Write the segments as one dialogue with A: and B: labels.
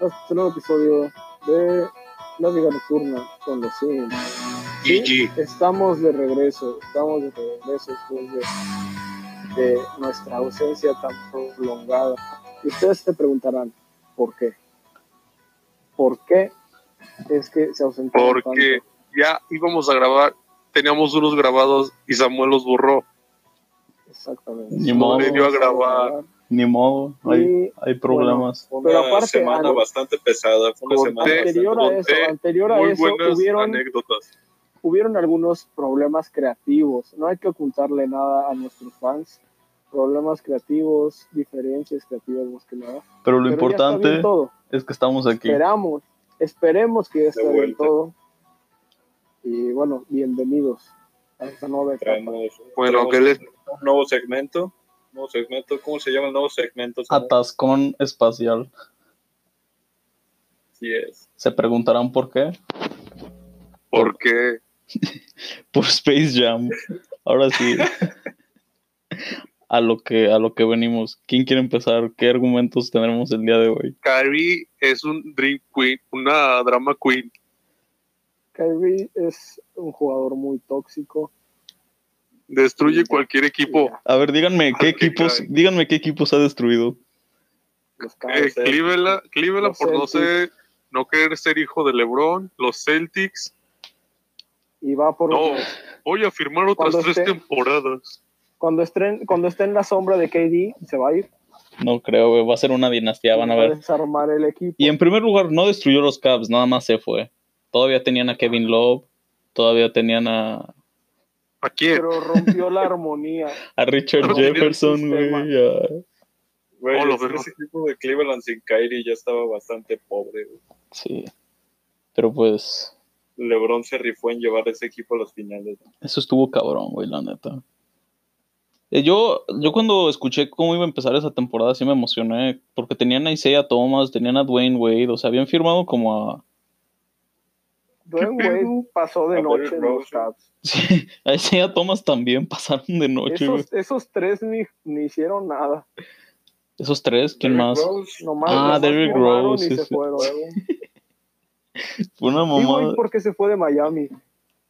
A: este nuevo episodio de Lógica Nocturna con los Sims.
B: GG.
A: Estamos de regreso, estamos de regreso después de, de nuestra ausencia tan prolongada. Y ustedes se preguntarán, ¿por qué? ¿Por qué es que se ausentó
B: Porque ya íbamos a grabar, teníamos unos grabados y Samuel los borró.
A: Exactamente.
C: Ni modo.
B: Le dio a grabar.
C: Ni modo,
A: Y
C: hay, hay problemas.
D: Fue
A: Pero
D: una
A: aparte,
D: semana
A: ah,
D: bastante pesada. Fue una
B: conté-
D: semana
A: anterior a
D: bastante-
A: eso,
B: conté
A: anterior a
B: Muy
A: eso
B: buenas
A: hubieron,
B: anécdotas.
A: hubieron algunos problemas creativos. No hay que ocultarle nada a nuestros fans. Problemas creativos, diferencias creativas más que nada.
C: Pero
A: Pero
C: lo
A: ya está bien
C: importante
A: todo.
C: es que estamos aquí.
A: Esperamos, esperemos que ya esté bien
D: vuelta.
A: todo. Y bueno, bienvenidos a esta nueva etapa.
D: Traemos-
B: Bueno,
D: traemos
B: que les-
D: un nuevo segmento. Nuevo segmento. ¿Cómo se llama el nuevo
A: Ah,
D: segmento? Samuel?
C: Atascón espacial.
D: Así es.
C: Se preguntarán por qué.
B: ¿Por qué?
C: Por Space Jam. Ahora sí. a lo que a lo que venimos. ¿Quién quiere empezar? ¿Qué argumentos tenemos el día de hoy?
B: Carrie es un Dream Queen, una drama queen.
A: Kyrie es un jugador muy tóxico.
B: Destruye cualquier equipo.
A: Ya,
C: A ver, díganme qué
B: Ay, qué
C: equipos,
B: caray.
C: díganme qué equipos ha destruido.
A: los
B: Eh,
A: Cavs,
D: sé.
B: Cleveland, Cleveland
A: Los
B: por no
A: Celtics.
B: ser, no querer ser hijo de LeBron, los Celtics.
A: y va por
B: No, voy a firmar
A: pues,
B: otras
A: Cuando
B: tres
A: esté-
B: temporadas.
A: cuando estén cuando esté en la sombra de KD se va a ir
C: No creo, güey, va a ser una dinastía, van a
A: va
C: ver.
A: desarmar el equipo
C: Y en primer lugar, no destruyó los Cavs, nada más se fue. Todavía tenían a Kevin Love, todavía tenían a,
B: ¿A quién?
A: pero rompió la armonía
C: a Richard
B: No tenían
C: Jefferson,
A: sistema.
C: güey. a-
D: Güey,
B: Oh, lo
D: es-
B: veo.
D: ese equipo de Cleveland sin Kyrie ya estaba bastante pobre. güey.
C: Sí. Pero pues,
D: LeBron se rifó en llevar ese equipo a las finales.
C: eso estuvo cabrón, güey, la neta. Eh, Yo, yo cuando escuché cómo iba a empezar esa temporada, sí me emocioné. Porque tenían a Isaiah Thomas, tenían a Dwayne Wade, o sea, habían firmado como a.
A: Dwayne Wade pasó de
D: A
A: noche
D: Derrick
A: en los
D: Rose.
A: Cavs
C: Sí, a Isaiah Thomas también pasaron de noche, güey.
A: esos, esos tres ni, ni hicieron nada
C: Esos tres, ¿quién
D: Derrick
C: más?
D: Rose,
A: nomás,
C: Ah,
A: nomás
C: Derrick
A: firmaron
C: Rose,
A: y
C: sí,
A: se
C: sí.
A: fueron
C: Fue una
A: Digo,
C: mamada.
A: ¿y por qué se fue de Miami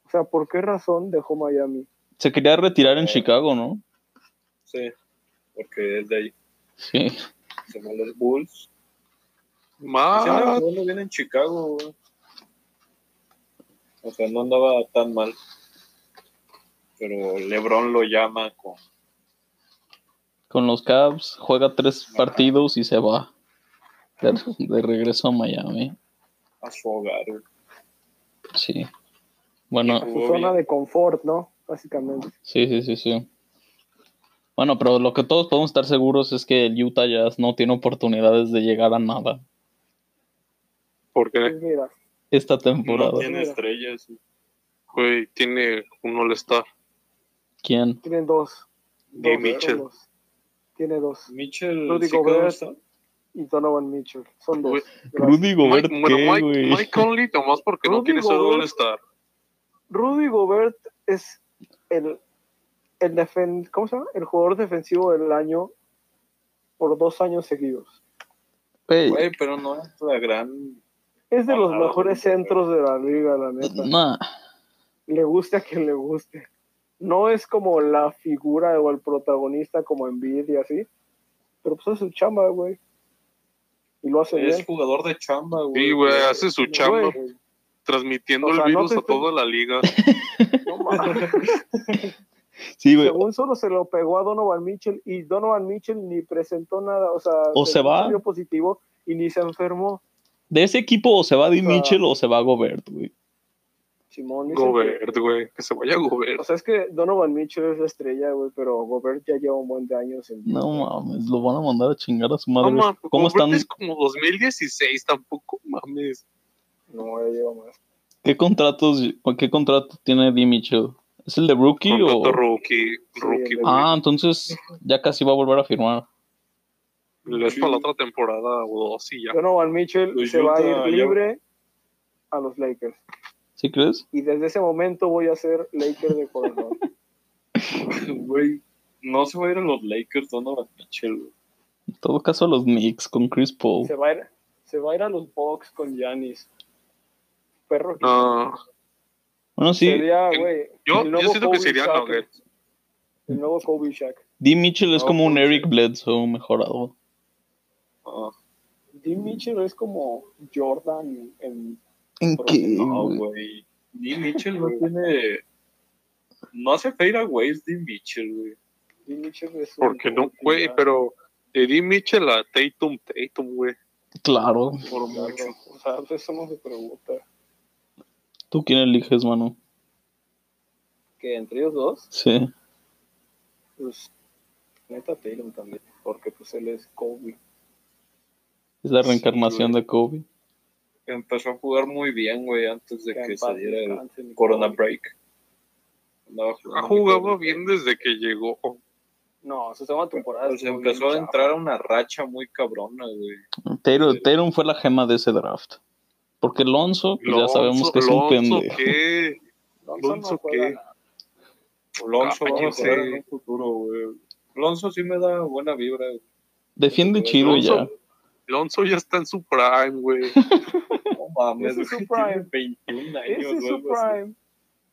A: o sea por qué razón dejó Miami
C: Se quería retirar en Chicago, ¿no?
D: sí, porque es de ahí.
C: Sí.
D: Se van los Bulls. Dicen, "Ah,
B: Más.
D: los Bulls viene en Chicago. güey". O sea, no andaba tan mal. Pero LeBron lo llama con
C: con los Cavs, juega tres partidos y se va. De, de regreso a Miami.
D: a su hogar. güey.
C: Sí. Bueno,
A: su
D: Jugó
A: zona
D: bien.
A: de confort no básicamente
C: sí, sí, sí, sí. Bueno, pero lo que todos podemos estar seguros es que el Utah Jazz no tiene oportunidades de llegar a nada
B: Porque,
A: Pues mira
C: esta
D: No
C: temporada.
D: tiene estrellas.
B: güey, tiene un All-Star.
C: ¿Quién?
A: tienen dos
B: Y
A: Dos,
B: Mitchell.
A: son dos. tiene dos
D: Mitchell.
A: Rudy
D: ¿sí quedó
A: Gobert.
D: hasta?
A: y Donovan Mitchell son dos
B: Güey,
A: Gracias.
C: Rudy Gobert,
B: Mike, bueno,
C: Pues, ¿qué,
B: Mike,
C: güey?
B: Mike Conley, nomás porque no
A: Rudy
B: quiere ser
A: Gobert.
B: All-Star.
A: Rudy Gobert es el, el, defen- ¿cómo se llama? el jugador defensivo del año por dos años seguidos.
C: Güey,
D: Güey, pero no es la gran.
A: Es de los
D: Ah,
A: mejores
D: Rudy
A: centros de la liga, la neta.
C: nah,
A: Le guste a quien le guste. No es como la figura o el protagonista como Embiid y así, pero pues es su chamba, güey. Y lo hace
D: Es
A: bien.
D: jugador de chamba, güey. Eh,
B: Sí, güey, hace su chamba
A: Güey,
B: transmitiendo
A: O sea,
B: el
A: no
B: virus
A: te
B: a toda la liga.
A: no mames.
C: sí, güey.
A: Según solo se lo pegó a Donovan Mitchell y Donovan Mitchell ni presentó nada, o sea,
C: O se
A: según
C: va.
A: salió positivo y ni se enfermó.
C: De ese equipo o se va Dean
A: O sea,
C: Mitchell o se va Gobert, güey.
A: Simón dice que-
B: Gobert, güey, que se vaya Gobert.
A: O sea, es que Donovan Mitchell es la estrella, güey, pero Gobert ya lleva un buen de años en
C: No mames, lo van a mandar a chingar a su
B: No
C: madre.
B: mames,
C: ¿Cómo
B: Gobert
C: están?
B: es como 2016, tampoco mames.
A: No, ya lleva más.
C: ¿Qué contratos, qué contrato tiene D. Mitchell? ¿Es el de rookie o...?
B: Contrato rookie, rookie,
A: el de-
B: güey.
C: Ah, entonces ya casi va a volver a firmar.
B: Le es para la otra temporada o dos y ya.
A: Donovan Mitchell
D: Pues
A: se va a
D: Utah
A: ir
D: ya-
A: libre a los Lakers.
C: ¿Sí crees?
A: Y desde ese momento voy a ser Laker de corazón.
D: Güey, no se va a ir a los Lakers, Donovan Mitchell. güey.
B: Uh.
C: En todo caso, los Knicks con Chris Paul.
A: se, va a ir, Se va a ir a los box con Giannis. Perro.
B: No.
C: Bueno, sí,
A: Sería,
B: el-
A: güey.
B: Yo,
A: el
B: yo
A: nuevo
B: siento que
A: Kobe
B: sería
A: Shaq,
B: Nugget.
A: El nuevo Kobe Shaq.
C: D. Mitchell es
D: No,
C: como un
D: pues,
C: Eric Bledsoe mejorado.
D: Ah,
A: Dean Mitchell es como Jordan en
C: ¿En
A: qué,
D: no, güey. Dean Mitchell no tiene. No hace fadeaways Dean Mitchell, güey.
A: Dean Mitchell es un
B: Porque no,
A: gol,
B: güey,
A: ya.
B: pero de D. Mitchell a Tatum, Tatum, güey.
C: Claro.
A: Claro,
D: Por mucho.
A: O sea, pues eso no se pregunta.
C: ¿Tú quién eliges, mano?
A: Que entre ellos dos,
C: Sí.
A: pues, neta Taylor también. Porque pues él es Kobe.
C: Es la
D: Sí,
C: reencarnación
D: güey.
C: de Kobe.
D: Empezó a jugar muy bien, güey, antes de
A: Que
D: que
A: en paz
D: saliera el
A: descanse, mi
D: Corona
A: Kobe.
D: Break. Andaba
B: Ha
D: jugando muy
B: jugado
D: cabrón.
B: bien desde que llegó.
A: No, su segunda temporada.
D: Pues
A: estuvo
D: empezó a
A: bien
D: entrar a
A: chafa.
D: una racha muy cabrona, güey.
C: Taylor, Taylor fue la gema de ese draft. Porque Lonzo, pues, ya sabemos que es un
B: Lonzo,
C: pendejo.
B: ¿qué?
A: Lonzo no
B: Lonzo,
A: juega
B: ¿qué?
A: nada.
D: Alonso va a
B: Cállese.
D: ser en un futuro, güey. Alonso sí me da buena vibra. güey.
C: Defiende chido
B: Lonzo-
C: ya.
B: Lonzo ya está en su prime, güey.
D: No mames,
A: Ese es su
D: güey,
A: prime.
D: tiene 21 años.
A: Ese es
D: o
A: su
D: algo así.
A: prime.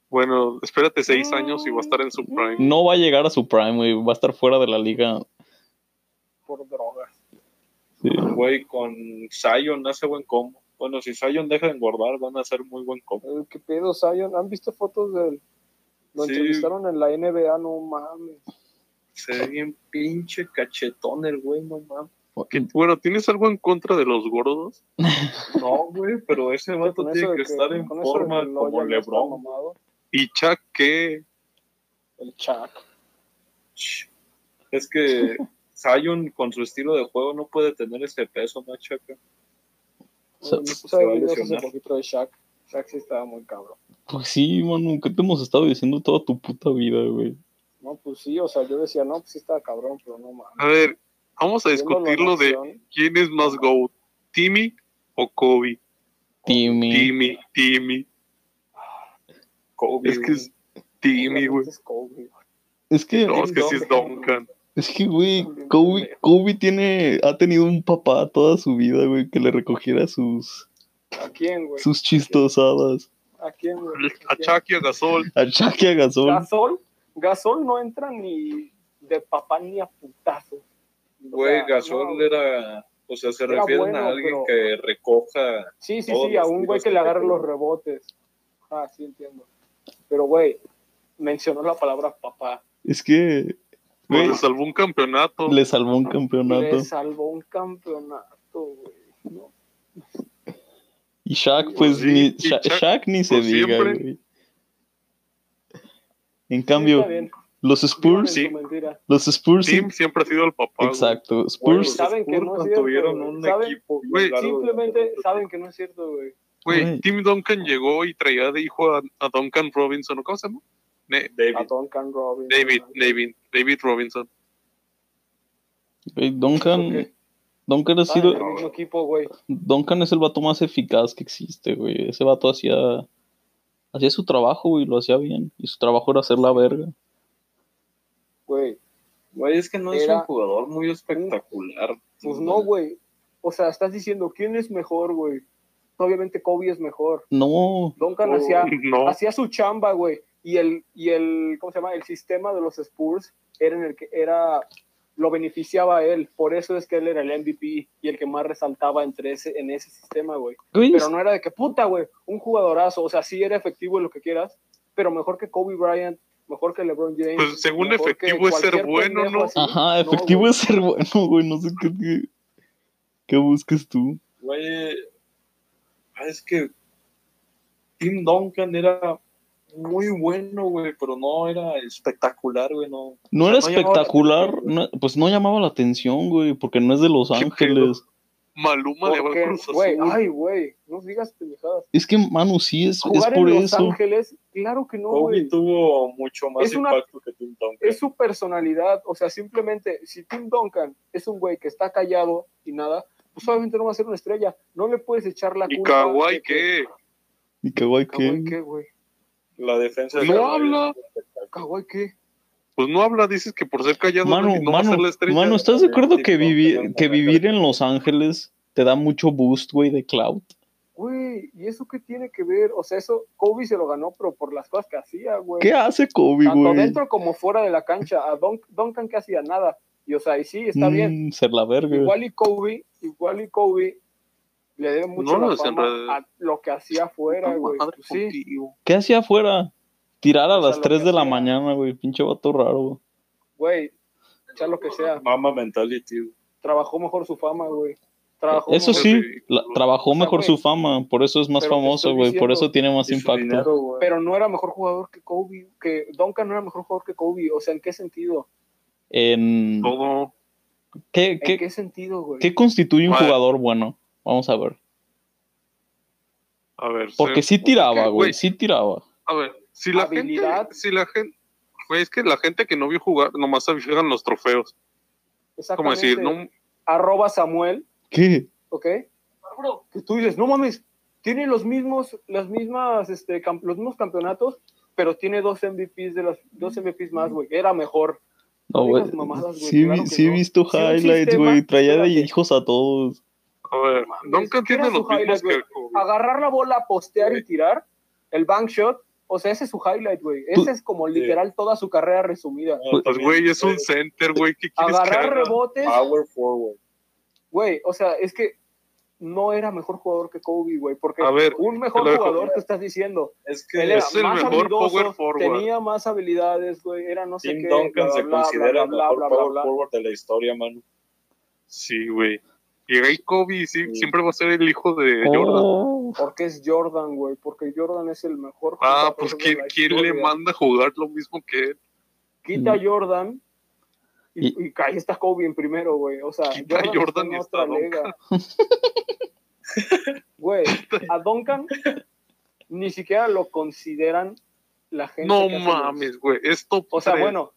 B: Bueno, espérate seis años y va a estar en su
A: Mm.
B: prime.
C: No va a llegar a su prime, güey. Va a estar fuera de la liga.
A: Por drogas.
C: Sí.
D: Güey, con Zion hace buen combo. Bueno, si Zion deja de engordar, van a hacer muy buen combo.
A: Eh, ¿Qué pedo, Zion? ¿Han visto fotos de él? Lo
D: Sí.
A: entrevistaron en la NBA, no mames.
D: Se ve bien pinche cachetón el güey, no mames.
B: Bueno, ¿tienes algo en contra de los gordos?
D: No, güey, pero ese vato
A: Con eso
D: tiene
A: de
D: que, estar en
A: con eso de
D: forma
A: que Loya
D: como
A: no está
D: LeBron.
A: mamado,
B: ¿Y Chuck qué?
A: El Chuck.
D: Ch- Es que Zion con su estilo de juego no puede tener ese peso, macho. acá.
C: Se-
A: Eh, me
D: se
A: puse a
D: va
A: ver
D: a
A: videos hace
D: lesionar.
A: poquito de Shaq. Shaq sí estaba muy cabrón.
C: Pues sí, mano. ¿Qué te hemos estado diciendo toda tu puta vida, güey?
A: No, pues sí, o sea, yo decía, no, pues sí estaba cabrón, pero no
D: Ah,
A: mames.
B: A ver, vamos a
A: Viendo la
B: discutirlo de
A: nación,
B: quién es más GOAT, Timmy o Kobe.
C: Timmy.
B: Timmy, Timmy.
D: Kobe,
B: Es que es
A: obviamente
B: Timmy, güey.
A: es Kobe, güey.
C: Es que,
B: No, es que sí es Duncan.
C: es que, güey, Kobe, Kobe tiene, ha tenido un papá toda su vida, güey, que le recogiera sus,
A: ¿A quién, güey?
C: sus chistosadas.
A: ¿A quién, güey?
B: A Chuck y a Gasol.
C: A Shaq y a Gasol.
A: Gasol, Gasol no entra ni de papá ni a putazo.
D: güey,
A: O sea,
D: Gasol
A: no.
D: era. O sea, se
A: Era
D: refieren
A: bueno,
D: a alguien
A: pero-
D: que recoja.
A: Sí, sí,
D: Todos
A: sí, a
D: los
A: un güey
D: tiros
A: que
D: que
A: le agarra
D: pegó.
A: los rebotes. Ah, sí, entiendo. Pero, güey, mencionó la palabra papá.
C: Es que,
B: Pues
C: güey,
B: le salvó un campeonato.
C: le salvó un campeonato.
A: Le salvó un campeonato, güey. No,
C: Y Shaq, pues,
B: Sí,
C: ni,
B: y
C: Sha-
B: Shaq,
C: Shaq ni se
B: por
C: diga,
B: siempre.
C: güey. En
A: sí,
C: cambio,
A: está bien.
C: los
A: Vivan en
C: Spurs,
B: Sí.
A: su mentira.
C: los Spurs, sí-
B: Tim siempre ha sido el papá. güey.
C: exacto,
D: Güey,
C: Spurs,
A: Bueno, saben que
D: Spurs
A: no es cierto,
D: tuvieron
A: güey.
D: un
A: Saben-
D: equipo bien
B: güey,
D: largo.
A: Simplemente saben que no es cierto, güey.
C: Güey.
B: Güey, Tim Duncan llegó y traía de hijo a, a Duncan Robinson. ¿Cómo se llama? Ne-
A: A
D: David,
A: Duncan Robinson.
B: David, David, David Robinson.
C: güey, Duncan, Duncan ha sido,
A: Ah, el mismo equipo, güey.
C: Duncan es el vato más eficaz que existe, güey. Ese vato hacía, hacía su trabajo, güey, lo hacía bien. Y su trabajo era hacer la verga.
A: Güey,
D: güey, es que no es
A: Era-
D: un jugador muy espectacular.
A: pues no, güey. O sea, estás diciendo, ¿quién es mejor, güey? Obviamente Kobe es mejor.
C: No,
A: Duncan
D: Oh.
A: hacía,
B: No,
A: hacía su chamba, güey. Y el, y el, ¿cómo se llama? El sistema de los Spurs era en el que era, lo beneficiaba a él. Por eso es que él era el MVP y el que más resaltaba entre ese, en ese sistema, güey.
C: güey,
A: Pero no era de que, puta, güey, un jugadorazo. O sea, sí era efectivo en lo que quieras, pero mejor que Kobe Bryant, mejor que LeBron James.
B: pues según
A: mejor
B: efectivo
A: que
B: es ser
A: cualquier
B: bueno,
A: pendejo
B: ¿no?
A: así.
C: ajá,
A: No,
C: efectivo
A: güey.
C: es ser bueno, güey. No sé qué, qué, qué busques tú.
D: Güey, ah, es que Tim Duncan era muy bueno, güey, pero no era espectacular, güey, no.
C: No
D: O
C: era
D: sea, no llamaba la
C: espectacular,
D: atención,
C: no- pues no llamaba la atención, güey, porque no es de Los
B: Sí,
C: Ángeles.
B: Maluma le va
A: Porque,
B: al Cruz Azul.
A: güey, ay, güey, no digas pendejadas.
C: Es que, Manu, sí es, es
A: Jugar
C: por
A: en Los
C: eso.
A: Ángeles, claro que no,
D: Kobe
A: güey.
D: tuvo mucho más
A: Es una-
D: impacto que Tim Duncan.
A: Es su personalidad, o sea, simplemente, si Tim Duncan es un güey que está callado y nada, pues obviamente no va a ser una estrella. No le puedes echar la
B: ¿Y
A: culpa.
B: Kawhi
A: de que-
B: qué?
C: Y que, güey,
A: Kawhi
C: que.
A: qué, güey.
D: La defensa
B: Pues No
D: Kawhi
B: habla.
D: es espectacular.
A: Kawhi qué.
B: Pues no habla, dices que por ser callado
C: Mano,
B: no va a
C: mano,
B: ser la estrella.
C: mano, ¿estás de
D: Sí,
C: acuerdo
D: sí,
C: que,
D: no,
C: vivi-
D: pero no,
C: que
D: no,
C: vivir en Los Ángeles te da mucho boost, güey, de clout.
A: Güey, ¿y eso qué tiene que ver? O sea, eso Kobe se lo ganó, pero por las cosas que hacía, güey.
C: ¿Qué hace Kobe,
A: Tanto
C: güey?
A: dentro como fuera de la cancha. A Don- Duncan que hacía nada. Y o sea, y sí, está bien.
C: Mm, ser la verga. güey.
A: Igual y Kobe, igual y Kobe le debe mucho
B: No,
A: la
B: no, se
A: fama
B: enreda.
A: a lo que hacía afuera, güey.
B: Madre
A: Pues sí,
B: contigo.
C: ¿Qué hacía afuera? Tirar a
A: O sea,
C: las
A: lo
C: 3
A: que
C: de la
A: hacía.
C: mañana, güey. Pinche vato raro, güey.
A: güey, sea lo que sea.
D: Mama mentality. güey.
A: Trabajó mejor su fama, güey. Trabajó
C: Eso
A: mejor
C: Pues sí,
B: ridículo.
C: la- trabajó
A: O sea,
C: mejor
A: güey,
C: su fama, por eso es más
A: pero te
C: famoso,
A: estoy
C: güey, por
A: diciendo,
C: eso tiene más
D: y su
C: impacto.
D: dinero.
A: Claro, güey. Pero no era mejor jugador que Kobe, que Duncan no era mejor jugador que Kobe. O sea, ¿en qué sentido?
C: En...
B: Todo.
C: ¿Qué,
A: ¿En qué,
C: qué,
A: sentido, güey?
C: qué constituye un
B: Bueno.
C: jugador bueno? Vamos a ver.
B: A ver.
C: Porque
B: sí.
C: sí tiraba,
B: Porque,
C: güey,
B: güey,
C: sí tiraba.
B: A ver, si la
A: Habilidad.
B: gente. Si la gente. Güey, es que la gente que no vio jugar, nomás se fijan los trofeos. Como
A: Exactamente.
B: decir, no,
A: Arroba Samuel,
C: ¿Qué?
A: ¿ok? Que tú dices, no mames, tiene los mismos, las mismas, este, cam- los mismos campeonatos, pero tiene dos MVPs de los dos MVPs más, güey. Era mejor.
C: No,
A: No
C: güey.
A: digas mamadas, güey,
C: Sí, vi-
A: claro que
C: sí he
A: no.
C: visto
A: Sí, un
C: highlights,
A: sistema,
C: güey. Traía de
A: espérate.
C: hijos a todos.
B: a ver,
A: mames,
B: Duncan
A: ¿qué
B: tiene
A: era su
B: los
A: highlight,
B: mismos que
A: güey? Agarrar la bola, postear y tirar, el bank shot, o sea, ese es su highlight, güey.
C: Tú-
A: Ese es como literal toda su carrera resumida.
D: No,
B: Pues,
D: también,
B: güey, es un center, güey. ¿Qué quieres que
A: Agarrar
B: haga?
A: rebotes,
D: Power forward.
A: güey, o sea, es que no era mejor jugador que Kobe, güey, porque
B: A ver,
A: un
B: te lo
A: mejor
B: dejo.
A: jugador, tú estás diciendo,
D: Es que
A: Él era
B: Es el
A: más
B: mejor
A: habilidoso,
B: power forward.
A: Tenía más habilidades, güey. Era no sé
D: Tim
A: qué.
D: Duncan
A: bla,
D: se
A: bla,
D: considera
A: bla,
D: el
A: bla,
D: mejor
A: bla, bla,
D: power
A: bla.
D: forward de la historia, mano.
B: Sí, güey. Y Ray Kobe sí,
D: Sí.
B: siempre va a ser el hijo de Jordan.
C: Oh,
A: Porque es Jordan, güey. Porque Jordan es el mejor.
B: Ah,
A: jugador
B: pues
A: de
B: ¿quién,
A: la
B: quién le
A: historia.
B: manda a jugar lo mismo que él?
A: Quita a
C: Mm.
A: Jordan. Y, y ahí está Kobe en primero, güey. O sea,
B: Quita a
A: está
B: Jordan
A: en
B: y
A: otra
B: está Duncan.
A: liga. Güey, a Duncan ni siquiera lo consideran la gente.
B: No
A: que hace los-
B: mames, güey. Es top
A: O sea,
B: tres.
A: bueno,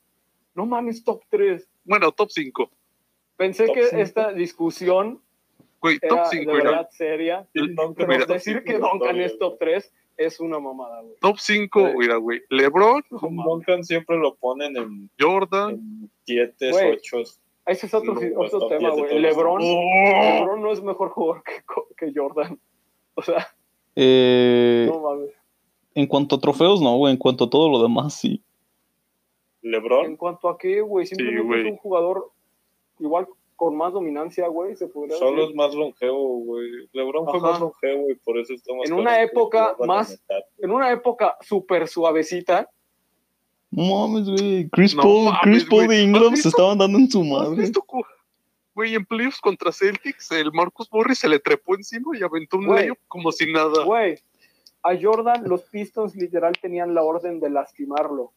A: no mames, top 3.
B: Bueno, top 5.
A: Pensé
D: Top
A: que
D: cinco.
A: esta discusión
B: Güey, top
A: era
B: 5
A: de
B: era.
A: verdad seria.
D: Tim Duncan
A: Pero
B: Mira.
A: decir que Duncan es top 3 es una mamada, güey.
B: Top 5,
D: Sí.
B: mira, güey. LeBron,
D: Tim Duncan siempre lo ponen en
B: Jordan.
D: en siete,
A: Güey.
D: ocho.
A: Ese es otro,
B: No,
D: hasta
A: otro
D: diez
A: tema,
D: de
A: güey.
D: todos.
A: LeBron,
B: ¡Oh!
A: LeBron no es mejor jugador que, Co- que Jordan. O sea,
C: eh,
A: no mames.
C: En cuanto a trofeos, no, güey. En cuanto a todo lo demás, sí.
A: En
D: LeBron,
A: cuanto a qué, güey, simplemente
B: güey.
A: es un jugador igual con más dominancia, güey, se podría
D: solo es
A: decir.
D: más longevo, güey. LeBron fue
A: Ajá.
D: más longevo y por eso estamos...
A: En una época más- En una época súper suavecita,
C: No mames, güey. Chris
B: No
C: Paul,
B: mames,
C: Chris Paul
B: güey. ¿Has
C: de Ingram se
B: visto?
C: estaban dando en su
B: ¿Has
C: madre.
B: visto cu- Güey, en playoffs contra Celtics, el Marcus Morris se le trepó encima y aventó un
A: Güey.
B: layup como si nada.
A: güey, a Jordan los Pistons literal tenían la orden de lastimarlo.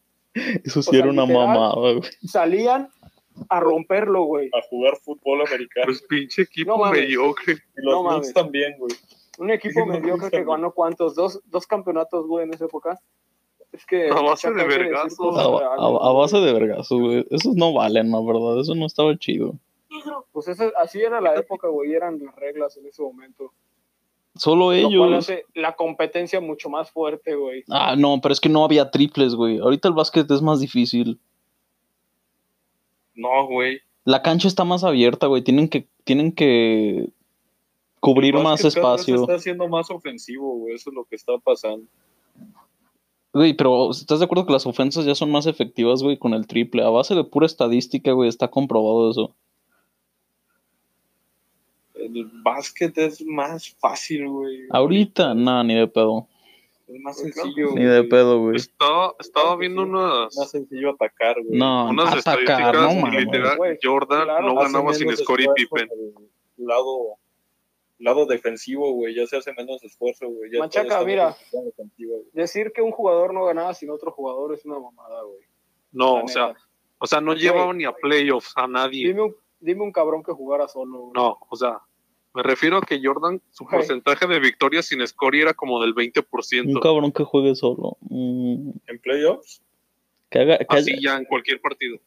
C: Eso
A: O
C: sí
A: sea,
C: era una
A: literal.
C: mamada, güey.
A: Salían a romperlo, güey.
D: A jugar fútbol americano.
B: Pues pinche equipo
A: No mames.
B: mediocre.
D: Y los
A: no mames.
D: Knicks también, güey.
A: Un equipo
D: Sí, no,
A: mediocre
D: sí,
A: que
D: güey.
A: ganó cuántos, dos, dos campeonatos, güey, en esa época. Es que.
B: A base de
A: chaca, hay que decir
B: vergazos.
C: A,
A: cosas
C: a-
A: reales,
C: a
A: güey.
C: base de vergazo, güey. Esos no valen, la verdad. Eso no estaba chido.
A: Pues eso- así era la época, güey, eran las reglas en ese momento.
C: Solo
A: Lo cual
C: ellos.
A: hace la competencia mucho más fuerte, güey.
C: Ah, no, pero es que no había triples, güey. Ahorita el básquet es más difícil.
D: No, güey.
C: La cancha está más abierta, güey. Tienen que, tienen que cubrir
D: El
C: más
D: básquet cada vez
C: espacio.
D: está haciendo más ofensivo, güey. Eso es lo que está pasando.
C: Güey, pero ¿estás de acuerdo que las ofensas ya son más efectivas, güey, con el triple? A base de pura estadística, güey, está comprobado eso.
D: El básquet es más fácil, güey.
C: Ahorita, nada, ni de pedo.
D: Es más
A: Claro.
D: sencillo.
C: Ni
D: güey.
C: de pedo, güey.
B: Estaba, estaba
A: Claro que
B: viendo
A: sí.
B: unas,
D: Es más sencillo atacar, güey.
C: No,
B: unas
C: atacar,
B: estadísticas
C: no
B: y
C: mames.
B: literal,
A: Güey,
B: Jordan
A: claro,
B: no
D: Hace
B: ganaba sin
D: menos
B: Scottie
D: esfuerzo
B: Pippen.
D: del Lado, lado defensivo, güey. Ya se hace menos esfuerzo, güey. Ya
A: Machaca,
D: todo está
A: mira.
D: más defensivo, güey.
A: Decir que un jugador no ganaba sin otro jugador es una mamada, güey.
B: No,
A: La
B: o sea,
A: neta.
B: o sea, no llevaba ni a playoffs a nadie.
A: Dime un, dime un cabrón que jugara solo, güey.
B: No, o sea, me refiero a que Jordan, su
A: Güey.
B: porcentaje de victorias sin Scottie era como del
C: Un
B: 20%.
C: cabrón que juegue solo. Mm,
D: En playoffs,
C: que haga, que haya-
B: Así ya en cualquier partido.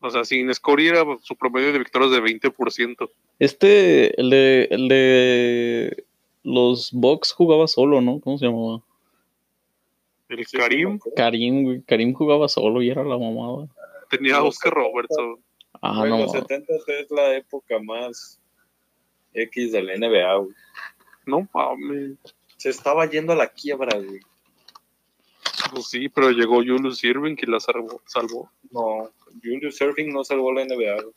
B: O sea, sin Scottie era su promedio de victorias de 20%.
C: Este, el de, el de los Bucks jugaba solo, ¿no? ¿Cómo se llamaba?
B: El
D: sí,
B: Karim
C: pues,
D: sí,
C: Karim, güey. Karim jugaba solo y era la mamada.
B: tenía a Oscar Robertson.
C: Ah,
D: Güey,
C: no.
D: los 70 es la época más X de la NBA, güey.
B: No mames.
D: Se estaba yendo a la quiebra, güey.
B: Pues sí, pero llegó Julius Irving que la salvó. salvó.
D: No, Julius Surfing no salvó la NBA, güey.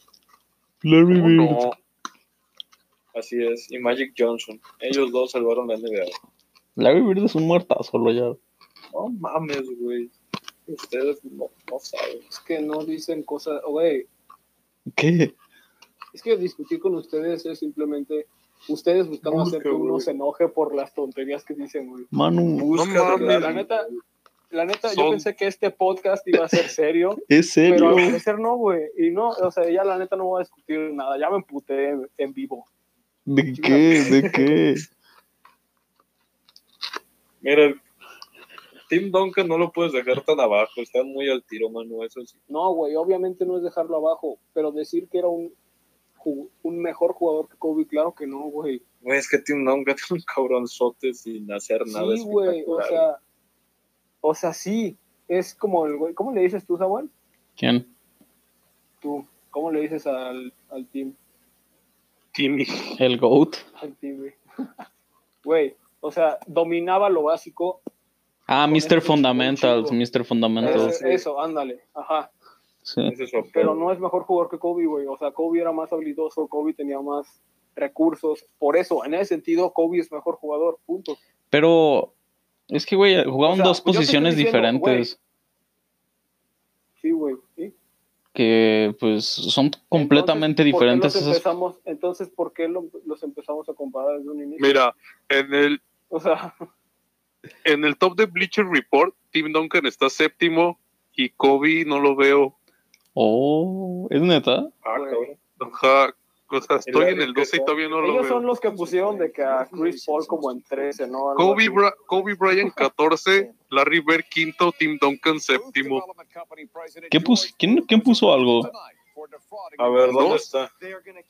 C: Larry
B: ¿Cómo
C: Bird.
B: no?
D: Así es. Y Magic Johnson. Ellos dos salvaron la NBA.
C: Larry Bird es un muertazo, lo ya.
D: No mames, güey. Ustedes no, no saben.
A: Es que no dicen cosas, güey.
C: ¿Qué?
A: Es que discutir con ustedes es simplemente. Ustedes buscando
D: Busca,
A: hacer que uno
D: güey.
A: se enoje por las tonterías que dicen, güey.
C: Manu,
D: Busca
B: mames.
D: de
A: La neta, la neta, yo
B: Son-
A: pensé que este podcast iba a ser serio,
C: es
A: pero
C: serio.
A: al parecer no, güey. Y no, o sea, ya la neta no voy a discutir nada. Ya me emputé en, en vivo.
C: ¿De qué? ¿De qué?
D: Mira, Tim Duncan no lo puedes dejar tan abajo. Están muy al tiro, mano. Eso sí.
A: No, güey, obviamente no es dejarlo abajo, pero decir que era un, ju- un mejor jugador que Kobe, claro que no, güey.
D: Güey, es que Tim Duncan es un cabronzote sin hacer Pues nada.
A: Sí, güey, o
D: espectacular.
A: sea, o sea, sí, es como el güey, ¿cómo le dices tú, Samuel?
C: ¿Quién?
A: Tú, ¿cómo le dices al, al team?
B: Timmy.
C: El GOAT.
A: Al team, güey. Güey, o sea, dominaba lo básico.
C: Ah,
A: Con este
C: Mr.
A: chico,
C: Fundamentals,
A: chico.
C: Mr. Fundamentals.
A: Eso, eso, ándale, ajá.
C: Sí.
D: Ese es su
A: Pero
D: apodo.
A: no es mejor jugador que Kobe, güey. O sea, Kobe era más habilidoso, Kobe tenía más recursos. Por eso, en ese sentido, Kobe es mejor jugador, punto.
C: Pero es que, güey, jugaban
A: O sea,
C: dos
A: yo te estoy
C: posiciones
A: diciendo,
C: diferentes
A: Sí, güey. ¿sí?
C: que, pues, son completamente
A: Entonces, ¿por qué
C: diferentes
A: los
C: esas.
A: empezamos- entonces, ¿por qué lo- los empezamos a comparar desde un inicio?
B: Mira, en el,
A: O sea,
B: en el top de Bleacher Report, Tim Duncan está séptimo y Kobe no lo veo.
C: Oh, ¿es neta?
D: Ah,
A: güey.
D: cabrón.
B: Ajá. O sea, estoy en el 12
D: que
B: y
D: está-
B: todavía no lo
A: ellos son
B: veo.
A: los que pusieron de que a Chris Paul como en 13, ¿no? Algo
B: Kobe,
A: así.
B: Bra- Kobe Bryant 14, Larry Bird quinto, Tim Duncan séptimo.
C: ¿Qué pus- quién- quién puso algo?
D: A ver, ¿dónde
B: Dos.
D: está?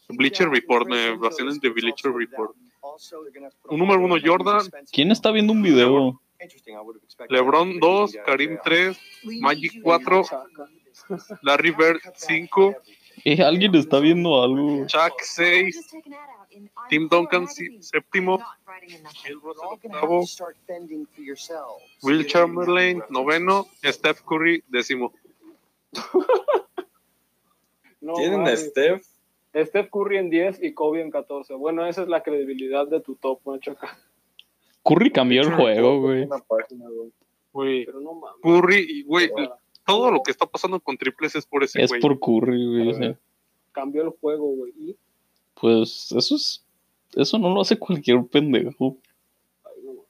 E: Bleacher Report, me versiones de Bleacher Report. Un número uno, Jordan.
C: ¿Quién está viendo un video?
B: LeBron 2, Karim 3, Magic 4, Larry Bird 5,
C: Eh, alguien está viendo algo.
B: Chuck 6,
F: Tim Duncan sí,
B: séptimo,
F: séptimo.
B: octavo, Will Chamberlain noveno, Steph Curry décimo.
A: No,
D: ¿Tienen este- a
A: mames.
D: Steph?
A: Steph Curry en 10 y Kobe en 14. Bueno, esa es la credibilidad de tu top, macho.
C: Curry cambió el juego, güey.
D: Una página, güey.
B: Güey,
A: Pero no mames.
B: Curry, y, güey,
A: o sea,
B: todo lo que está pasando con triples es por ese
C: Es
B: güey.
C: por Curry, güey. o sea,
A: cambió el juego, güey. Y,
C: Pues eso es. Eso no lo hace cualquier pendejo.
A: ay, no mames.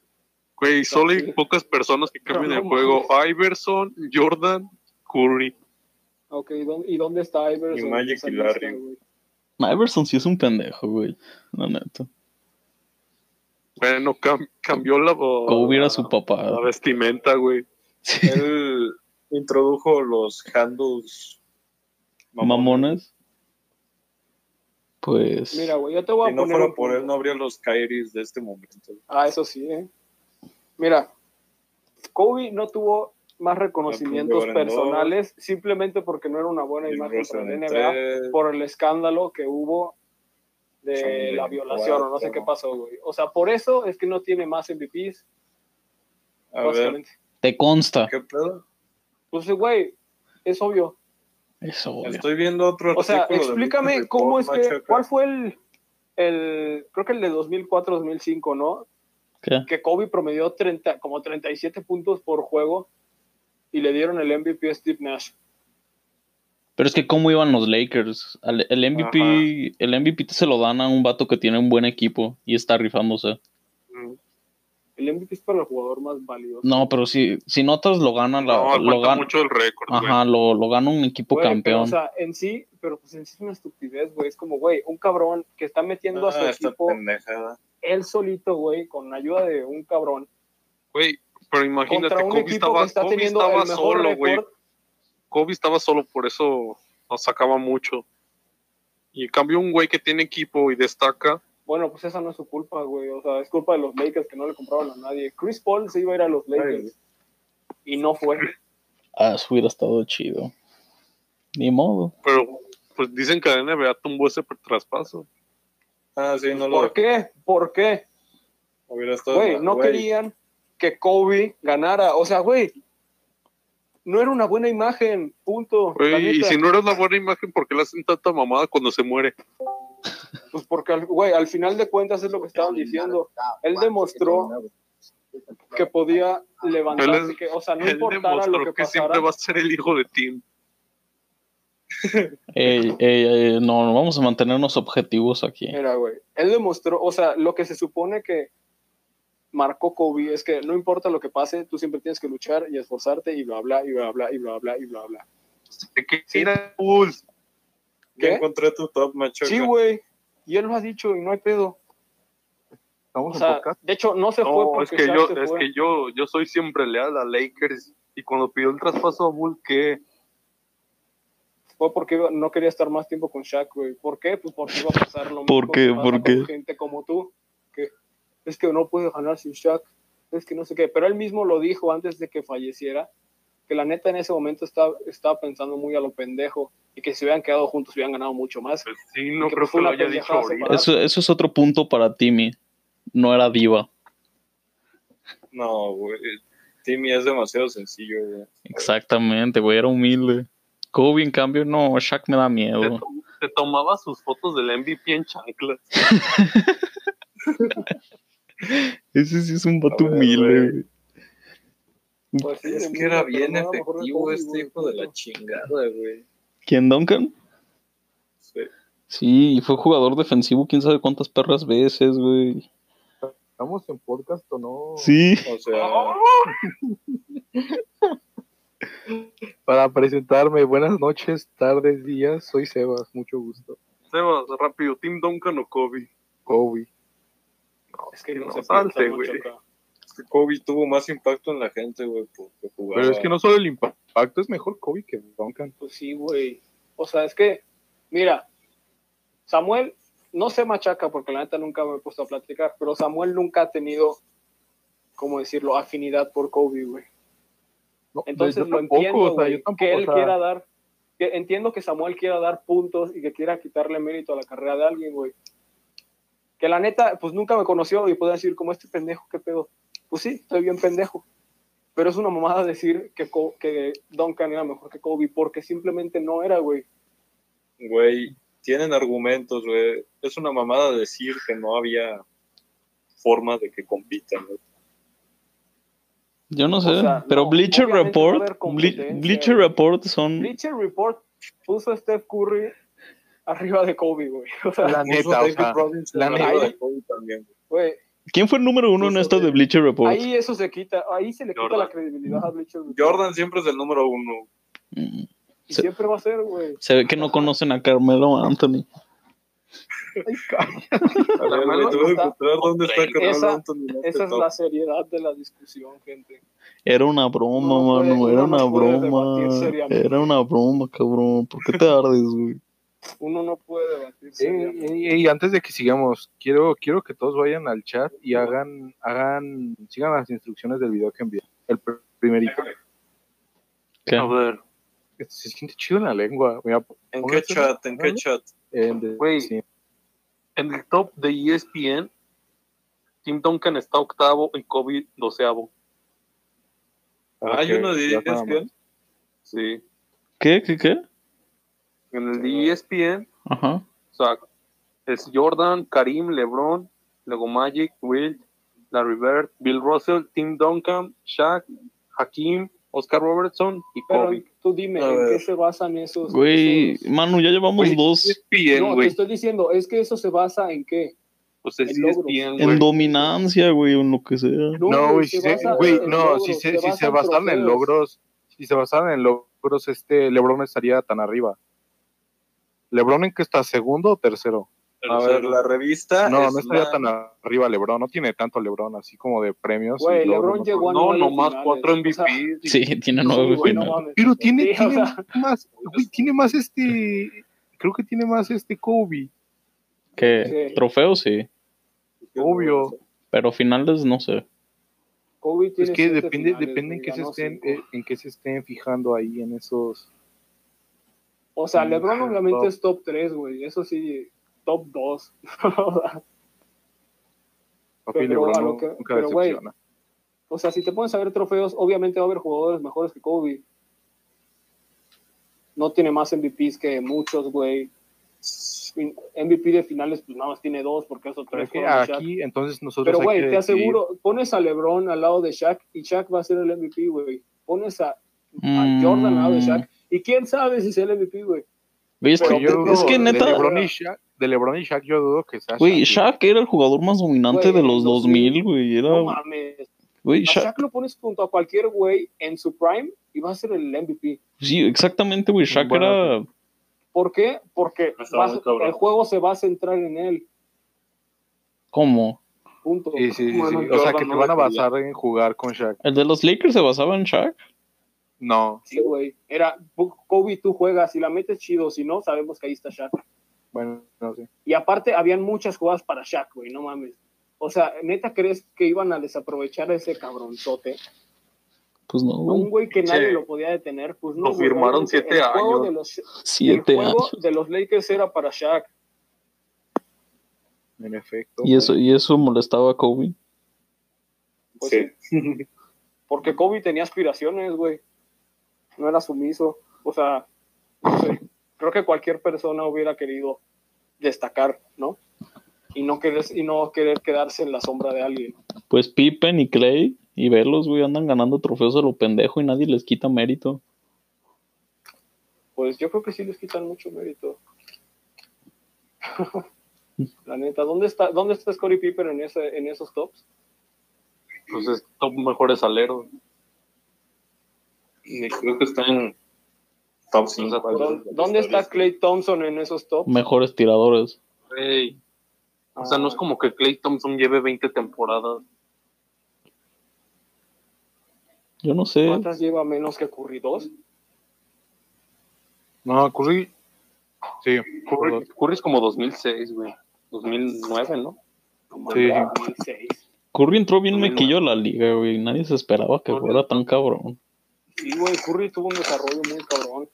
B: Güey, solo hay pocas personas que cambian el
A: No,
B: juego. Iverson, Jordan, Curry.
A: Ok, ¿y dónde, y dónde está Iverson?
D: Y Magic
A: Esa
D: y
A: lista,
D: Larry.
A: güey.
C: Iverson sí es un pendejo, güey. La neta.
B: Bueno, cam- cambió la,
A: Oh,
C: Kobe era su
B: la
C: papá.
B: vestimenta, güey.
C: Sí.
D: Él introdujo los handles
C: Mamones. Pues.
A: Mira, güey, yo te voy a
D: Si no
A: poner
D: fuera
A: un
D: por él,
A: punto.
D: no habría los Kairis de este momento.
A: Ah, eso sí, ¿eh? Mira, Kobe no tuvo más reconocimientos
D: Jordan
A: personales simplemente porque no era una buena
D: pues, Bill
A: imagen
D: Russell
A: para la
D: en
A: NBA
D: tres.
A: por el escándalo que hubo de
D: Sí,
A: la violación o no sé
D: cuatro.
A: qué pasó, güey. O sea, por eso es que no tiene más MVPs,
D: A ver,
A: básicamente.
C: Te consta.
D: ¿qué pedo?
A: Pues, güey, es obvio.
C: Eso, obvio.
D: Estoy viendo otro
A: O sea,
D: artículo de
A: explícame
D: Bleacher
A: cómo
D: Report,
A: es que,
D: machaca.
A: cuál fue el, el, creo que el de 2004-2005, ¿no?
C: ¿Qué?
A: que Kobe promedió 30, como 37 puntos por juego y le dieron el MVP a Steve Nash.
C: Pero es que cómo iban los Lakers. Al- El MVP,
D: Ajá.
C: el MVP se lo dan a un vato que tiene un buen equipo y está rifándose.
A: El MVP es para el jugador más valioso.
C: No, pero si, si notas lo gana la,
B: No,
C: lo
B: cuenta
C: gana.
B: mucho el récord, güey.
C: Ajá, lo, lo gana un equipo
A: Güey, pero,
C: campeón.
A: o sea, en sí, pero pues en sí es una estupidez, güey. Es como, güey, un cabrón que está metiendo a su
D: Ah, esta
A: equipo
D: pendejada.
A: él solito, güey, con ayuda de un cabrón.
B: Güey, pero imagínate,
A: contra un
B: Kobe
A: equipo
B: estaba,
A: que está
B: Kobe
A: teniendo
B: estaba
A: el mejor
B: solo, güey.
A: récord.
B: Kobe estaba solo, por eso nos sacaba mucho. Y en cambio, un güey que tiene equipo y destaca,
A: Bueno, pues esa no es su culpa, güey. O sea, es culpa de los Lakers que no le compraron a nadie. Chris Paul se iba a ir a los Lakers. Y no fue.
C: Ah, eso hubiera estado chido. Ni modo.
B: pero pues dicen que la NBA tumbó ese traspaso.
D: Ah, sí, no lo.
A: ¿Por qué? ¿Por qué?
D: Hubiera estado.
A: Güey, no
D: güey.
A: querían que Kobe ganara. O sea, güey, no era una buena imagen, punto. La
B: Güey, y
A: neta.
B: si no eres la buena imagen, ¿por qué le hacen tanta mamada cuando se muere?
A: Pues porque, al- güey, al final de cuentas es lo que estaban diciendo. Él demostró que podía
B: Él
A: levantarse,
B: es-
A: que, o sea, no
B: Él
A: importara lo
B: demostró
A: que
B: que, siempre
A: pasara.
B: va a ser el hijo de Tim.
C: Ey, ey, ey, no, no, vamos a mantenernos objetivos aquí.
A: Mira, güey, él demostró, o sea, lo que se supone que marcó Kobe es que no importa lo que pase, tú siempre tienes que luchar y esforzarte y bla, bla, y bla, bla, y bla, bla, y bla, bla.
B: Hay que ir a Bulls.
D: Ya
A: ¿Qué?
D: encontré tu top, macho.
A: Sí, güey, y él lo ha dicho y no hay pedo. O
B: Vamos
A: sea, de hecho, no se fue
B: No,
A: porque
B: es que,
A: Shaq
B: yo,
A: se
B: es
A: fue.
B: que yo, yo soy siempre leal a Lakers. Y cuando pidió el traspaso a Bulls, ¿qué?
A: Fue porque iba- no quería estar más tiempo con Shaq, güey. ¿Por qué? Pues porque iba a pasar lo
C: ¿Por
A: mismo
C: qué?
A: que pasa
C: ¿Por qué?
A: con gente como tú, que es que no puedes ganar sin Shaq, es que no sé qué. Pero él mismo lo dijo antes de que falleciera, que la neta en ese momento estaba, estaba pensando muy a lo pendejo y que si hubieran quedado juntos hubieran ganado mucho más.
B: Pues sí, no
A: Que
B: creo
A: fue
B: que lo
A: una
B: haya dicho
A: pendejada
B: ahorita.
A: separada.
C: Eso, eso es otro punto para Timmy. No era diva.
D: No, güey. Timmy es demasiado sencillo, güey.
C: Exactamente, güey, era humilde. Kobe, en cambio, no, Shaq me da miedo.
B: Se tomaba sus fotos del MVP en chanclas.
C: Ese sí es un vato
D: A ver,
C: humilde,
D: güey.
C: güey. Mm.
A: Pues sí,
D: Es que
A: mira,
D: era
A: pero
D: bien
A: no, a lo mejor
D: efectivo
A: Kobe,
D: este
A: güey,
D: hijo de la
A: puto.
D: chingada, güey.
C: ¿Quién, Duncan?
D: Sí.
C: Sí, y fue jugador defensivo quién sabe cuántas perras veces, güey.
G: ¿Estamos en podcast o no?
C: Sí.
D: O sea,
A: Ah,
G: Para presentarme, buenas noches, tardes, días. Soy Sebas, mucho gusto.
B: Sebas, rápido, Tim Duncan o Kobe.
G: Kobe.
A: Es que
B: no
A: no se
B: salte,
A: piensa mucho
B: güey.
A: acá.
D: es que Kobe tuvo más impacto en la gente, güey, porque jugaba.
G: Pero es que no solo el impacto es mejor Kobe que Duncan.
A: Pues sí, güey. O sea, es que, mira, Samuel no se machaca porque la neta nunca me he puesto a platicar, pero Samuel nunca ha tenido, ¿cómo decirlo?, afinidad por Kobe, güey.
G: No, pues
A: Entonces
G: yo
A: lo
G: tampoco,
A: entiendo,
G: o sea,
A: güey,
G: yo tampoco,
A: que
G: o
A: él
G: sea,
A: quiera dar, que entiendo que Samuel quiera dar puntos y que quiera quitarle mérito a la carrera de alguien, güey. Que la neta, pues nunca me conoció y puede decir, como este pendejo, qué pedo. Pues sí, estoy bien pendejo. Pero es una mamada decir que, Co- que Duncan era mejor que Kobe porque simplemente no era, güey.
D: Güey, tienen argumentos, güey. Es una mamada decir que no había forma de que compitan, güey.
C: Yo no sé,
A: O sea,
C: pero
A: no,
C: Bleacher
A: obviamente va a
C: Report,
A: haber competencia,
C: Ble- Bleacher
A: güey.
C: Report son
A: Bleacher Report puso a Steph Curry arriba de Kobe, güey. O sea,
G: La neta, o
D: David
G: sea,
D: Robinson
G: la
D: arriba
A: neta.
D: de Kobe también, güey.
A: güey,
C: ¿Quién fue el número uno en
D: Justo,
C: esta de
D: güey.
C: Bleacher Report?
A: ahí eso se quita, ahí se le quita
B: Jordan.
A: la credibilidad a Bleacher Report.
D: Jordan siempre es el número uno.
C: Mm,
A: Y
C: se-
A: siempre va a ser, güey.
C: Se ve que no conocen a Carmelo Anthony.
D: A ver, güey,
A: Carmelo
D: te voy a
A: está-
D: encontrar dónde está Carmelo
A: Esa-
D: Anthony en este
A: Esa es
D: top.
A: la seriedad de la discusión, gente.
C: Era una broma,
A: No puede-
C: mano,
A: uno
C: era
A: no
C: una
A: puede
C: broma.
A: debatir seriamente.
C: Era una broma, cabrón. ¿Por qué tardes, güey?
A: Uno no puede debatir
G: Ey,
A: seriamente.
G: ey, ey, Eh, antes de que sigamos, quiero, quiero que todos vayan al chat y hagan, hagan, sigan las instrucciones del video que envié. El pr- primerito. Este,
C: ¿Qué?
B: A ver,
G: Se siente chido en la lengua. Mira,
D: ¿En
G: Uno
D: qué
G: es el-
D: chat? ¿En qué
G: ¿no?
D: chat?
G: en de-
B: Güey.
G: sí.
B: en el top de E ESPN, Tim Duncan está octavo y Kobe doceavo.
G: Ah,
D: Hay
G: ok,
D: uno de
G: ya nada más.
D: ESPN.
B: Sí.
C: ¿Qué? ¿Qué? ¿Qué?
B: En el de E ESPN,
C: Ajá.
B: O sea, es Jordan, Karim, LeBron, luego Magic, Will, Larry Bird, Bill Russell, Tim Duncan, Shaq, Hakim, Oscar Robertson y
A: Pero
B: Kobe.
A: tú dime,
D: A
A: ¿en
D: ver.
A: qué se basan esos?
C: Güey,
A: esos-
C: Manu, ya llevamos
B: Güey,
C: dos.
B: ESPN,
A: No, te
B: güey.
A: estoy diciendo, es que eso se basa en qué.
B: Pues es
A: en logros.
B: ESPN,
C: En
B: güey.
C: dominancia, güey, o en lo que sea.
G: No, güey, si
A: se
G: se-
A: basa
G: güey,
A: en
G: no,
A: logros,
G: si se, si
A: basa
G: se basaran en
A: trofeos.
G: logros, si se basaran en logros, este LeBron no estaría tan arriba. LeBron en que está segundo o tercero.
D: A ver, la revista.
G: No,
D: Ah, es
G: no estaría
D: la-
G: tan arriba LeBron, no tiene tanto LeBron así como de premios. y
A: Güey,
G: logros,
A: LeBron
G: no
A: llegó a
B: No,
A: nueve
B: nomás
A: finales,
B: cuatro
A: o sea,
B: MVP.
C: Sí, tiene nueve
A: güey, no
C: finales.
A: mames.
G: Pero tiene,
A: Sí, o
G: tiene
A: sea,
G: más, güey, tiene más este, creo que tiene más este Kobe,
C: ¿Qué?
A: Sí.
C: Trofeos, sí.
G: obvio.
C: Pero finales, no sé.
A: Kobe
G: Es
A: tiene
G: pues que
A: siete
G: depende,
A: finales,
G: depende en
A: güey,
G: qué se
A: ganó
G: estén,
A: cinco.
G: eh, en qué se estén fijando ahí en esos.
A: O sea, LeBron
G: Mm,
A: obviamente
G: top.
A: es top 3, güey. Eso sí, top 2.
B: Papi
A: Pero
B: LeBron
A: a lo
B: no-
A: que-
B: nunca
A: pero, güey,
B: decepciona.
A: o sea, si te pones a ver trofeos, obviamente va a haber jugadores mejores que Kobe. No tiene más MVPs que muchos, güey. Fin- MVP de finales, pues nada más tiene dos, porque esos
G: Pero
A: tres
G: es que
A: fueron de Shaq.
G: aquí, entonces nosotros.
A: Pero,
G: hay que
A: güey, te
G: decidir-
A: aseguro, pones a LeBron al lado de Shaq y Shaq va a ser el MVP, güey. Pones a, a
C: Mm.
A: Jordan ah, al lado de Shaq y quién sabe si es el MVP, güey.
C: Güey, es,
G: Pero
C: que,
G: yo
C: es que
G: dudo- De
C: neta,
G: LeBron, y Shaq, de LeBron y Shaq, yo dudo que sea.
C: güey,
G: Shaq,
C: Shaq era el jugador más dominante
A: Güey,
C: de los
A: no
C: 2000, güey.
A: No
C: Era,
A: mames.
C: güey,
A: A
C: Shaq.
A: Shaq lo pones junto a cualquier güey en su prime y va a ser el MVP.
C: Sí, exactamente, güey. Shaq
G: Bueno,
C: era.
A: ¿Por qué? Porque
D: Está
A: vas-
D: Pues, muy cabrón.
A: el juego se va a centrar en él.
C: ¿Cómo?
A: Punto.
G: Sí, sí, sí,
D: Bueno,
G: sí. O sea,
D: Jordan
G: que te
D: no
G: van a
D: lo quería.
G: basar en jugar con Shaq.
C: ¿El de los Lakers se basaba en Shaq?
G: No.
A: Sí, güey. Era Kobe, tú juegas, si la metes chido, si no, sabemos que ahí está Shaq.
G: Bueno, no sé.
A: Y aparte, habían muchas jugadas para Shaq, güey, no mames. O sea, ¿neta crees que iban a desaprovechar a ese cabronzote?
C: Pues no,
A: A Un
C: güey.
A: güey que nadie
B: Sí.
A: lo podía detener, pues no.
B: Lo
A: güey,
B: firmaron
A: realmente
B: siete
A: el juego
B: años.
A: de los-
C: Siete
A: el juego
C: años.
A: de los Lakers era para Shaq.
G: En efecto.
C: Y eso, y eso molestaba a Kobe.
A: Pues
D: Sí.
A: sí. Porque Kobe tenía aspiraciones, güey. No era sumiso. O sea, no sé, creo que cualquier persona hubiera querido destacar, ¿no? Y no, querer, y no querer quedarse en la sombra de alguien.
C: Pues Pippen y Clay y Velos, güey, andan ganando trofeos a lo pendejo y nadie les quita mérito.
A: Pues yo creo que sí les quitan mucho mérito. la neta, ¿dónde está, dónde está Scottie Pippen en, ese, en esos tops?
B: Pues es top mejores aleros.
D: Y creo que está en top 5.
A: ¿Dónde, dónde está Clay Thompson en esos tops?
C: Mejores tiradores.
B: Ey, O sea, no es
A: Ah.
B: como que Clay Thompson lleve 20 temporadas.
C: Yo no sé.
A: ¿Cuántas lleva menos que Curry? ¿Dos?
G: No, Curry. Sí,
B: Curry, Curry es como 2006, güey. 2009, ¿no?
A: No mames,
G: Sí.
A: 2006.
C: Curry entró bien
B: 2009.
C: mequillo a la liga, güey. Nadie se esperaba que
B: Curry.
C: fuera tan cabrón,
A: Sí, güey, Curry tuvo un desarrollo muy cabrón.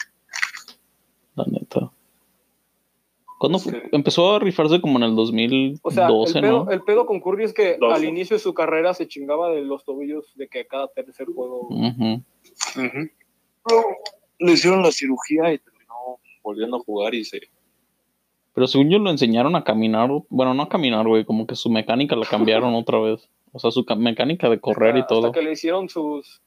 C: la neta. ¿Cuándo fu- empezó a rifarse como en el 2012,
A: O sea, el, pedo,
C: no?
A: el pedo con Curry es que
D: Doce.
A: al inicio de su carrera se chingaba de los tobillos de que cada tercer juego.
C: Mm, Ujú.
D: Le hicieron la cirugía y terminó volviendo a jugar y se.
C: Pero según yo lo enseñaron a caminar, bueno, no a caminar, güey, como que su mecánica la cambiaron otra vez. O sea, su ca- mecánica de correr y
A: hasta-
C: todo.
A: Hasta que le hicieron sus,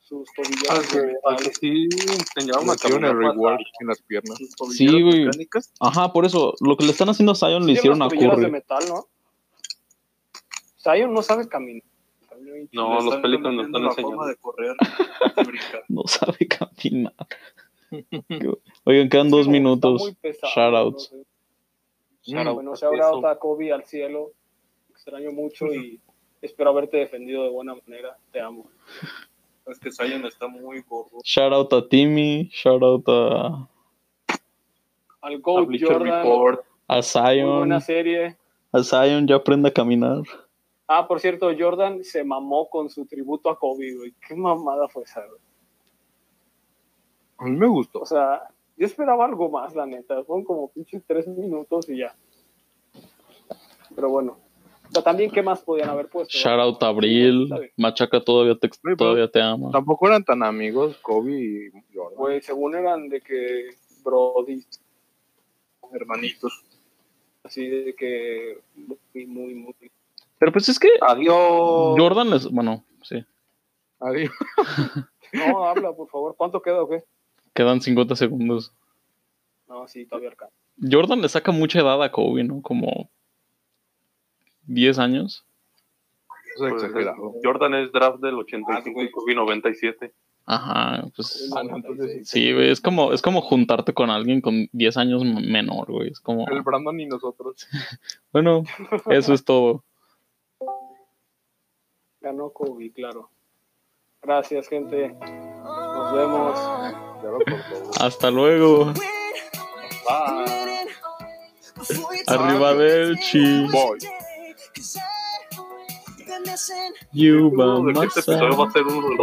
A: sus
B: Ah,
A: tobillas.
B: sí, ah, que sí, enseñaron a
G: tiene
B: caminar
G: el reward
B: fatal.
G: en las piernas.
C: Sí, güey. Ajá, por eso, lo que le están haciendo a Zion le hicieron a
A: de
C: Curry.
A: metal, ¿no? Zion no sabe caminar.
B: No, los Pelicans nos están
D: la
B: enseñando.
D: forma de correr y brincar.
C: No sabe caminar. Oigan, quedan dos
A: Como que está
C: minutos.
A: muy pesado,
C: Shoutouts.
A: no sé.
B: Shout out.
A: Bueno, shoutout a Kobe al cielo. Extraño mucho y espero haberte defendido de buena manera. Te amo.
D: Es que Zion está muy gordo.
C: Shout out a Timmy, shout out a,
A: Al
B: A
A: Gold
B: Bleacher
A: Jordan.
B: Report.
C: a
A: Muy
C: Zion.
A: buena serie.
C: A Zion ya aprende a caminar.
A: Ah, por cierto, Jordan se mamó con su tributo a Kobe, güey. Qué mamada fue esa, güey.
G: A mí me gustó.
A: O sea, yo esperaba algo más, la neta. Fueron como pinches tres minutos y ya. Pero bueno. O sea, también, ¿qué más podían haber puesto?
C: Shout out a Abril.
A: Está bien.
C: Machaca todavía te,
G: Güey,
C: todavía te ama.
G: Tampoco eran tan amigos Kobe y Jordan.
A: Güey, según eran de que Brody,
D: Hermanitos.
A: así de que muy, muy, muy.
C: Pero pues es que
B: Adiós.
C: Jordan les. Bueno, sí.
G: Adiós.
A: No, habla, por favor. ¿Cuánto queda, güey?
C: Quedan 50 segundos.
A: No, sí, todavía acá.
C: Jordan le saca mucha edad a Kobe, ¿no? Como 10 años.
G: Eso es
B: Pues,
G: exagerado.
B: Jordan es draft del 85
D: Ah,
B: y Kobe 97.
C: Ajá, pues.
A: eh,
G: Ah, no, entonces sí.
C: Sí, güey, es como, es como juntarte con alguien con 10 años m- menor, güey. Es como.
G: El Brandon y nosotros.
C: Bueno, eso es todo.
A: Ganó Kobe, claro. Gracias, gente. Nos vemos.
G: Ya lo cortó.
C: Hasta luego. Arriba del chi.
G: Voy.
B: Yo
C: You by
B: creo que
C: my
B: Este episodio
C: side.
B: va a ser un